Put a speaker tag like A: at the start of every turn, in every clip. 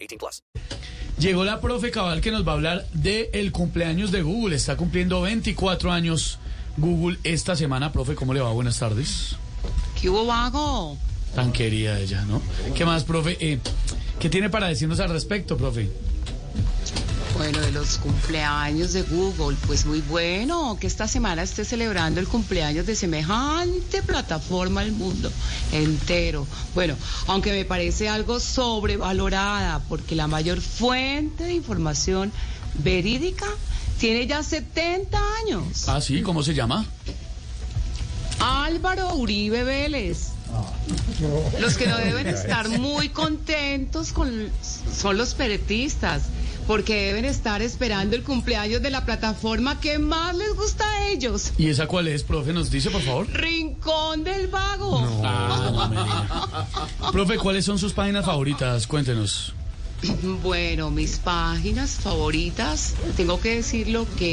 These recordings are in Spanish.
A: 18 plus.
B: Llegó la profe Cabal que nos va a hablar del el cumpleaños de Google. Está cumpliendo 24 años Google esta semana. Profe, ¿cómo le va? Buenas tardes.
C: ¿Qué hubo, vago?
B: Tan querida ella, ¿no? ¿Qué más, profe? Eh, ¿Qué tiene para decirnos al respecto, profe?
C: Bueno, de los cumpleaños de Google, pues muy bueno que esta semana esté celebrando el cumpleaños de semejante plataforma al mundo entero. Bueno, aunque me parece algo sobrevalorada, porque la mayor fuente de información verídica tiene ya 70 años.
B: Ah, sí, ¿cómo se llama?
C: Álvaro Uribe Vélez. Los que no deben estar muy contentos con, son los peretistas, porque deben estar esperando el cumpleaños de la plataforma que más les gusta a ellos.
B: ¿Y esa cuál es, profe? ¿Nos dice, por favor?
C: Rincón del Vago.
B: Ah, no me diga. Profe, ¿cuáles son sus páginas favoritas? Cuéntenos.
C: Bueno, mis páginas favoritas, tengo que decir lo que...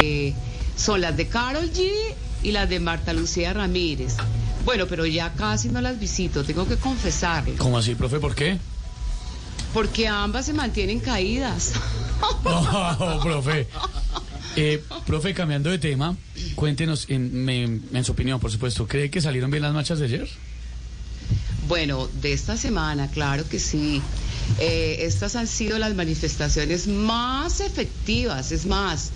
C: eh, son las de Carol G y las de Marta Lucía Ramírez. Bueno, pero ya casi no las visito, tengo que confesarlo.
B: ¿Cómo así, profe? ¿Por qué?
C: Porque ambas se mantienen caídas.
B: Oh, profe. Eh, profe, cambiando de tema, cuéntenos, en, me- en su opinión, por supuesto, ¿cree que salieron bien las marchas de ayer?
C: Bueno, de esta semana, claro que sí. Eh, estas han sido las manifestaciones más efectivas. Es más,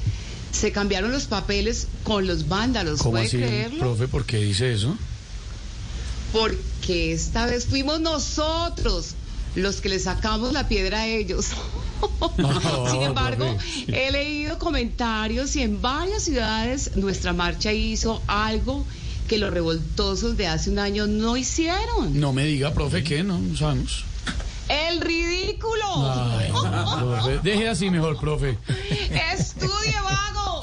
C: se cambiaron los papeles con los vándalos.
B: ¿Cómo
C: ¿Puede
B: así,
C: creerlo?
B: profe? ¿Por qué dice eso?
C: Porque esta vez fuimos nosotros los que le sacamos la piedra a ellos.
B: No,
C: Sin embargo,
B: profe.
C: he leído comentarios y en varias ciudades nuestra marcha hizo algo que los revoltosos de hace un año no hicieron.
B: No me diga, profe, que no, no sabemos.
C: ¡El ridículo!
B: Ay, no, profe. Deje así mejor, profe.
C: ¡Estudie, vago!